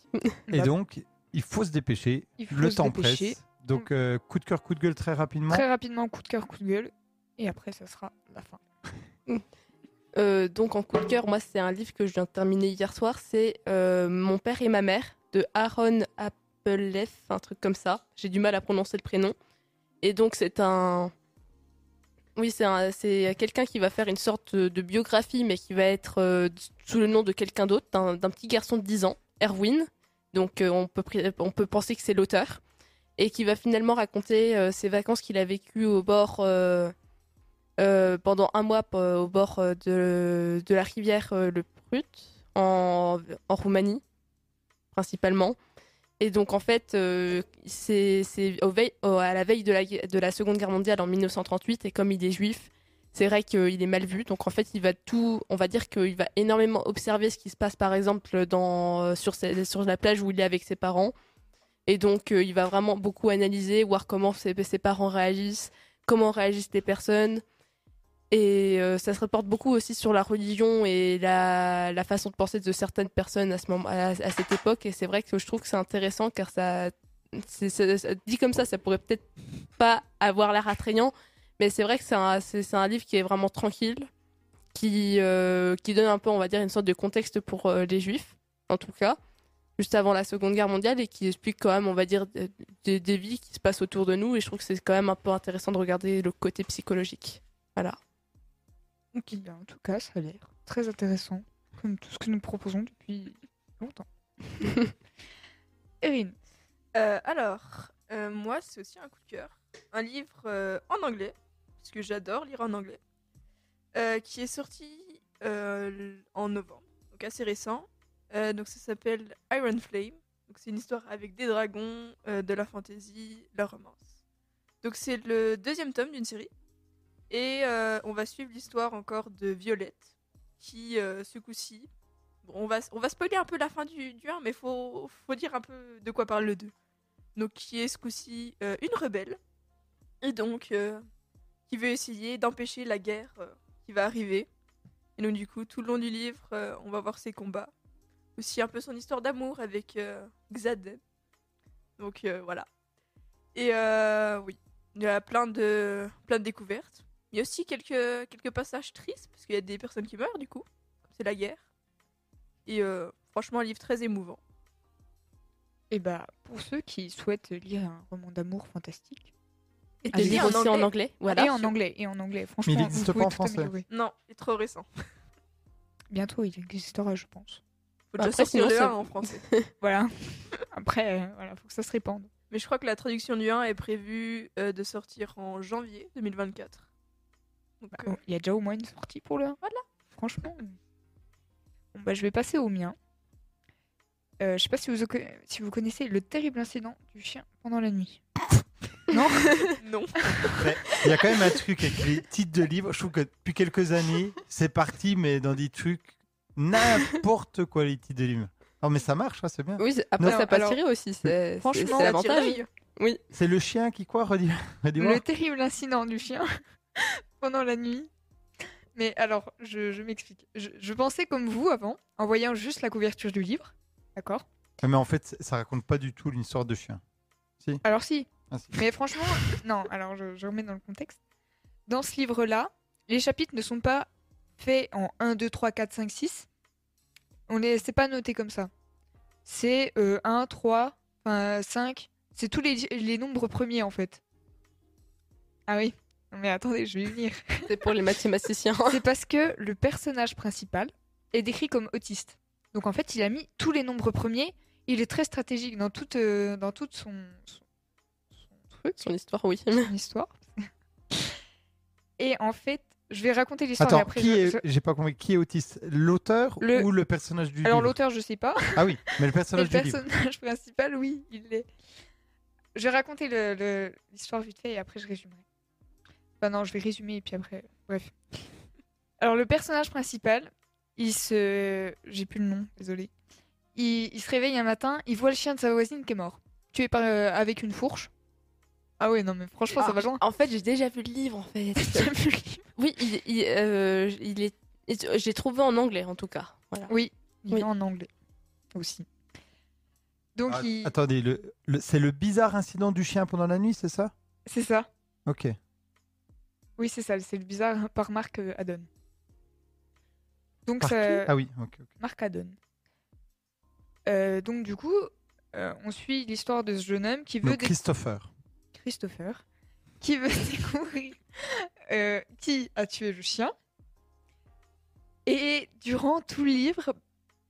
Et Bah, donc, il faut se dépêcher. Il faut le se temps dépêcher. Mm. presse. Donc, euh, coup de cœur, coup de gueule très rapidement. Très rapidement, coup de cœur, coup de gueule. Et après, ça sera la fin. Euh, donc en coup de cœur, moi c'est un livre que je viens de terminer hier soir, c'est euh, Mon père et ma mère de Aaron Appeleff, un truc comme ça. J'ai du mal à prononcer le prénom. Et donc c'est un... Oui, c'est un- c'est quelqu'un qui va faire une sorte de biographie, mais qui va être euh, sous le nom de quelqu'un d'autre, d'un d'un petit garçon de 10 ans, Erwin. Donc euh, on, peut, pri- on peut penser que c'est l'auteur. Et qui va finalement raconter euh, ses vacances qu'il a vécues au bord... euh, euh, pendant un mois p- au bord euh, de, de la rivière euh, le Prut, en, en Roumanie, principalement. Et donc, en fait, euh, c'est c'est au veille- au- à la veille de la, gue- de la Seconde Guerre mondiale en 1938, et comme il est juif, c'est vrai qu'il est mal vu. Donc, en fait, il va tout, on va dire qu'il va énormément observer ce qui se passe, par exemple, dans, euh, sur, ses- sur la plage où il est avec ses parents. Et donc, euh, il va vraiment beaucoup analyser, voir comment ses, ses parents réagissent, comment réagissent les personnes. Et euh, ça se reporte beaucoup aussi sur la religion et la, la façon de penser de certaines personnes à, ce moment, à, à cette époque. Et c'est vrai que je trouve que c'est intéressant car ça, c'est- ça- ça- dit comme ça, ça pourrait peut-être pas avoir l'air attrayant, mais c'est vrai que c'est un, c'est- c'est un livre qui est vraiment tranquille, qui, euh, qui donne un peu, on va dire, une sorte de contexte pour euh, les juifs, en tout cas, juste avant la Seconde Guerre mondiale et qui explique quand même, on va dire, des- des, des vies qui se passent autour de nous. Et je trouve que c'est quand même un peu intéressant de regarder le côté psychologique. Voilà. Ok, ben, en tout cas, ça a l'air très intéressant, comme tout ce que nous proposons depuis longtemps. Erin, Euh, alors, euh, moi, c'est aussi un coup de cœur. Un livre euh, en anglais, parce que j'adore lire en anglais, euh, qui est sorti euh, l- en novembre, donc assez récent. Euh, donc ça s'appelle Iron Flame. Donc c'est une histoire avec des dragons, euh, de la fantasy, de la romance. Donc c'est le deuxième tome d'une série. Et euh, on va suivre l'histoire encore de Violette, qui euh, ce coup-ci Bon, on va, on va spoiler un peu la fin du, du 1, mais faut, faut dire un peu de quoi parle le 2. Donc, qui est ce coup-ci euh, une rebelle, et donc euh, qui veut essayer d'empêcher la guerre euh, qui va arriver. Et donc, du coup, tout le long du livre, euh, on va voir ses combats. Aussi un peu son histoire d'amour avec euh, Xaden. Donc, euh, voilà. Et euh, oui, il y a plein de, plein de découvertes. Il y a aussi quelques, quelques passages tristes, parce qu'il y a des personnes qui meurent, du coup. C'est la guerre. Et euh, franchement, un livre très émouvant. et bah, pour ceux qui souhaitent lire un roman d'amour fantastique, Et Ah, des j'ai livres dit en aussi en anglais. anglais. Voilà. et en anglais, et en anglais, franchement, n'existe vous pouvez pas en tout français. améliorer. Non, il est trop récent. Bientôt, il existera, je pense. Faut Bah déjà après, sortir sinon, le ça- 1 en français. Voilà. Après, euh, voilà, faut que ça se répande. Mais je crois que la traduction du 1 est prévue euh, de sortir en janvier 2024. Donc, Bah, euh, oh, Il y a déjà au moins une sortie pour le. Voilà. Franchement. Bon, bah, je vais passer au mien. Euh, je sais pas si vous, si vous connaissez le terrible incident du chien pendant la nuit. non non. Il y a quand même un truc avec les titres de livres. Je trouve que depuis quelques années, c'est parti, mais dans des trucs n'importe quoi, les titres de livres. Non, mais ça marche, hein, c'est bien. Oui, c'est- après Non, ça passe alors- tirer aussi. c'est- C'est Franchement, c'est Ça attire l'avantage. l'œil. C'est le chien qui, quoi, redis, redis-moi. Le terrible incident du chien pendant la nuit. Mais alors, je, je m'explique. Je, je pensais comme vous avant, en voyant juste la couverture du livre. D'accord Ouais, Mais en fait, ça raconte pas du tout une histoire de chien. Alors, si. Ah, si. Mais franchement, non, alors je, je remets dans le contexte. Dans ce livre-là, les chapitres ne sont pas faits en 1, 2, 3, 4, 5, 6. On les, c'est pas noté comme ça. C'est euh, 1, 3, enfin, 5. C'est tous les, les nombres premiers en fait. Ah oui. Non, Mais attendez, je vais y venir. C'est pour les mathématiciens. C'est parce que le personnage principal, est décrit comme autiste. Donc en fait, il a mis tous les nombres premiers. Il est très stratégique dans toute, euh, dans toute son, son- son truc, Son histoire, oui. son histoire. Et en fait, je vais raconter l'histoire. mais Attends, après, qui je- est- je- j'ai pas compris, qui est autiste L'auteur Le- ou le personnage du Alors livre l'auteur, je sais pas. Ah oui, mais le Mais le personnage du livre. personnage principal, oui, il l'est. Je vais raconter le- le- l'histoire vite fait et après je résumerai. Enfin non, je vais résumer et puis après, bref. Alors le personnage principal, il se... J'ai plus le nom, désolé. Il, il se réveille un matin, il voit le chien de sa voisine qui est mort. Tué par, euh, avec une fourche. Ah ouais, non mais franchement, ça Ah, va loin. En fait, j'ai déjà vu le livre, en fait. J'ai plus le livre. oui, il, il, euh, il est. il- J'ai trouvé en anglais, en tout cas. Voilà. oui, il Oui. est en anglais aussi. Donc Ah, il... Attendez, le- le- c'est le bizarre incident du chien pendant la nuit, c'est ça C'est ça. Ok. Oui, c'est ça, c'est le bizarre par Marc euh, Haddon. Donc, Par qui ça- Ah oui, ok. ok. Marc Haddon. Euh, donc, du coup, euh, on suit l'histoire de ce jeune homme qui veut Donc déc- Christopher. Christopher, qui veut découvrir euh, qui a tué le chien. Et durant tout le livre,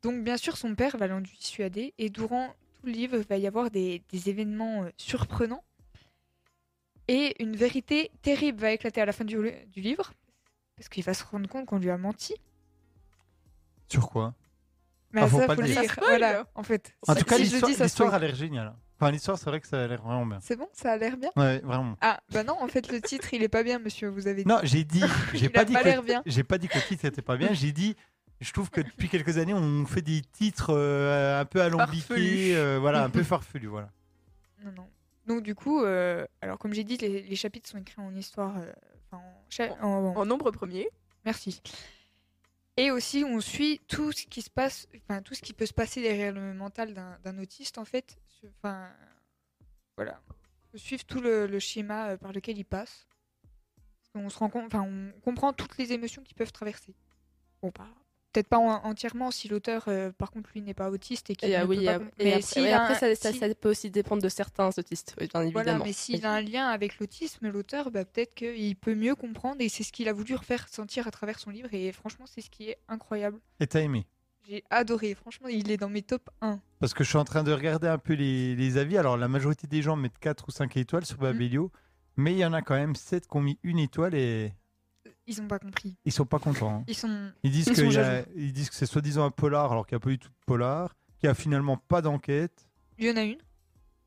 donc bien sûr son père va l'en dissuader, et durant tout le livre il va y avoir des, des événements euh, surprenants. Et une vérité terrible va éclater à la fin du, du livre, parce qu'il va se rendre compte qu'on lui a menti. Sur quoi Mais Ah, ça, faut faut pas le le dire. dire. Ça spoil. hein. Voilà, en fait. En Si- tout cas, si je le l'histoire- dis, ça l'histoire spoil. a l'air géniale. Enfin, l'histoire, c'est vrai que ça a l'air vraiment bien. C'est bon, ça a l'air bien. Ouais, vraiment. Ah, bah non, en fait, le titre, il est pas bien, monsieur, vous avez dit. Non, j'ai dit, j'ai Il pas a dit pas que- l'air bien. j'ai pas dit que le titre n'était pas bien. J'ai dit, je trouve que depuis quelques années, on fait des titres euh, un peu Farfelus. alambiqués, euh, voilà, un peu farfelus, voilà. Non, non. Donc du coup, euh, alors comme j'ai dit, les, les chapitres sont écrits en histoire, euh, enfin, en, cha- en- en- En nombre premier. merci. Et aussi, on suit tout ce qui se passe, enfin tout ce qui peut se passer derrière le mental d'un d'un autiste en fait. Sur- Enfin, voilà, on suit tout le, le schéma euh, par lequel il passe. On se rend compte, enfin, on comprend toutes les émotions qu'ils peuvent traverser. Bon, pas peut-être pas en- entièrement si l'auteur, euh, par contre, lui n'est pas autiste et qu'il Et, ne ah oui, peut et, pas. ap- com- et mais après, s'il et a après, un- ça, ça- si- ça peut aussi dépendre de certains autistes, oui, bien évidemment. Voilà, mais s'il a un lien avec l'autisme, l'auteur, bah, peut-être qu'il peut mieux comprendre et c'est ce qu'il a voulu faire sentir à travers son livre et franchement, c'est ce qui est incroyable. Et t'as aimé J'ai adoré, franchement, il est dans mes top 1. Parce que je suis en train de regarder un peu les, les avis. Alors, la majorité des gens mettent 4 ou 5 étoiles Mhm. sur Babelio, mais il y en a quand même 7 qui ont mis une étoile et Euh, Ils ont pas compris. ils sont pas contents. hein. Ils sont... Ils disent, Ils que sont il y a- ils disent que c'est soi-disant un polar, alors qu'il n'y a pas du tout de polar, qu'il n'y a finalement pas d'enquête. Il y en a une.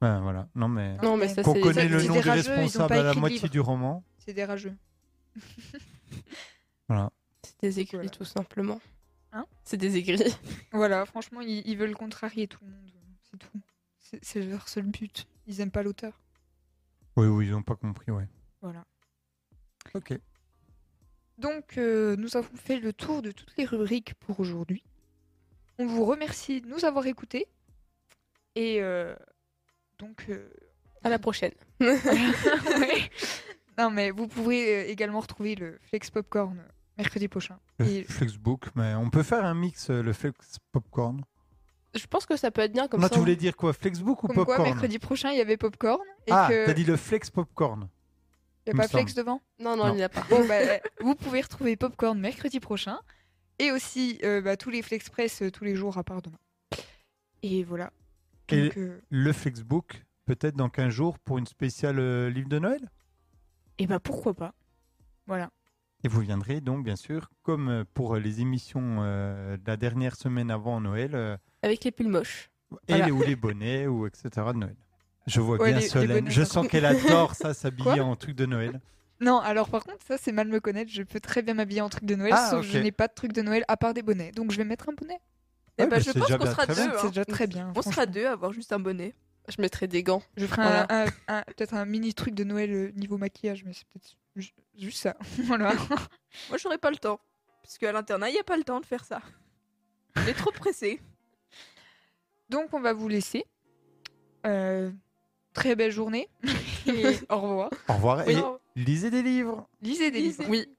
Ben, voilà, non mais. Non, mais ça, Qu'on c'est- connaît ça, le c'est nom des des rageux, ils ont pas responsables à la écrit de moitié livre. du roman. C'est des rageux. C'est des aigris, Voilà. tout simplement. Hein C'est des aigris. Voilà, franchement, ils, ils veulent contrarier tout le monde. C'est tout. C'est- C'est leur seul but. Ils aiment pas l'auteur. Oui, oui, ils n'ont pas compris, ouais. Voilà. Ok. Donc, euh, nous avons fait le tour de toutes les rubriques pour aujourd'hui. On vous remercie de nous avoir écoutés. Et euh, donc, euh, À la prochaine. ouais. non mais vous pouvez euh, également retrouver le Flex Popcorn euh, mercredi prochain. Le Et- Flexbook, mais on peut faire un mix, euh, le Flex Popcorn. Je pense que ça peut être bien comme non, ça. tu on- voulais dire quoi Flexbook ou Comme Popcorn quoi, mercredi prochain, il y avait Popcorn et Ah, que t'as dit le Flex Popcorn. il il n'y me a pas Flex devant. Non, non, Non. il n'y a pas. Bon, bah, euh, vous pouvez retrouver Popcorn mercredi prochain et aussi euh, bah, tous les Flexpress euh, tous les jours à part demain. Et voilà. Et- Donc, euh, Le Flexbook, peut-être dans 15 jours pour une spéciale euh, livre de Noël. et bah pourquoi pas. Voilà. Et vous viendrez donc, bien sûr, comme euh, pour les émissions euh, de la dernière semaine avant Noël, euh, Avec les pulls moches. et Voilà. les- ou les bonnets, ou etc. de Noël. Je vois Ouais, bien les- les Solène. bonnets, Je par sens qu'elle adore ça, s'habiller en truc de Noël. Non, alors par contre, ça c'est mal me connaître. Je peux très bien m'habiller en truc de Noël, Ah, sauf que je ok. n'ai pas de truc de Noël à part des bonnets. Donc je vais mettre un bonnet. Eh Ouais, ben, bah, je c'est pense déjà qu'on bien, sera très deux. bien. hein. C'est déjà très bien. On franchement. sera deux à avoir juste un bonnet. Je mettrais des gants. Je ferai Voilà. un, un- un- peut-être un mini truc de Noël euh, niveau maquillage, mais c'est peut-être ju- juste ça. voilà. Moi, j'aurais pas le temps. Parce qu'à l'internat, il n'y a pas le temps de faire ça. On est trop pressé. Donc on va vous laisser. Euh, très belle journée. Et au revoir. Au revoir Oui. et lisez des livres. Lisez des Lisez. livres. Oui.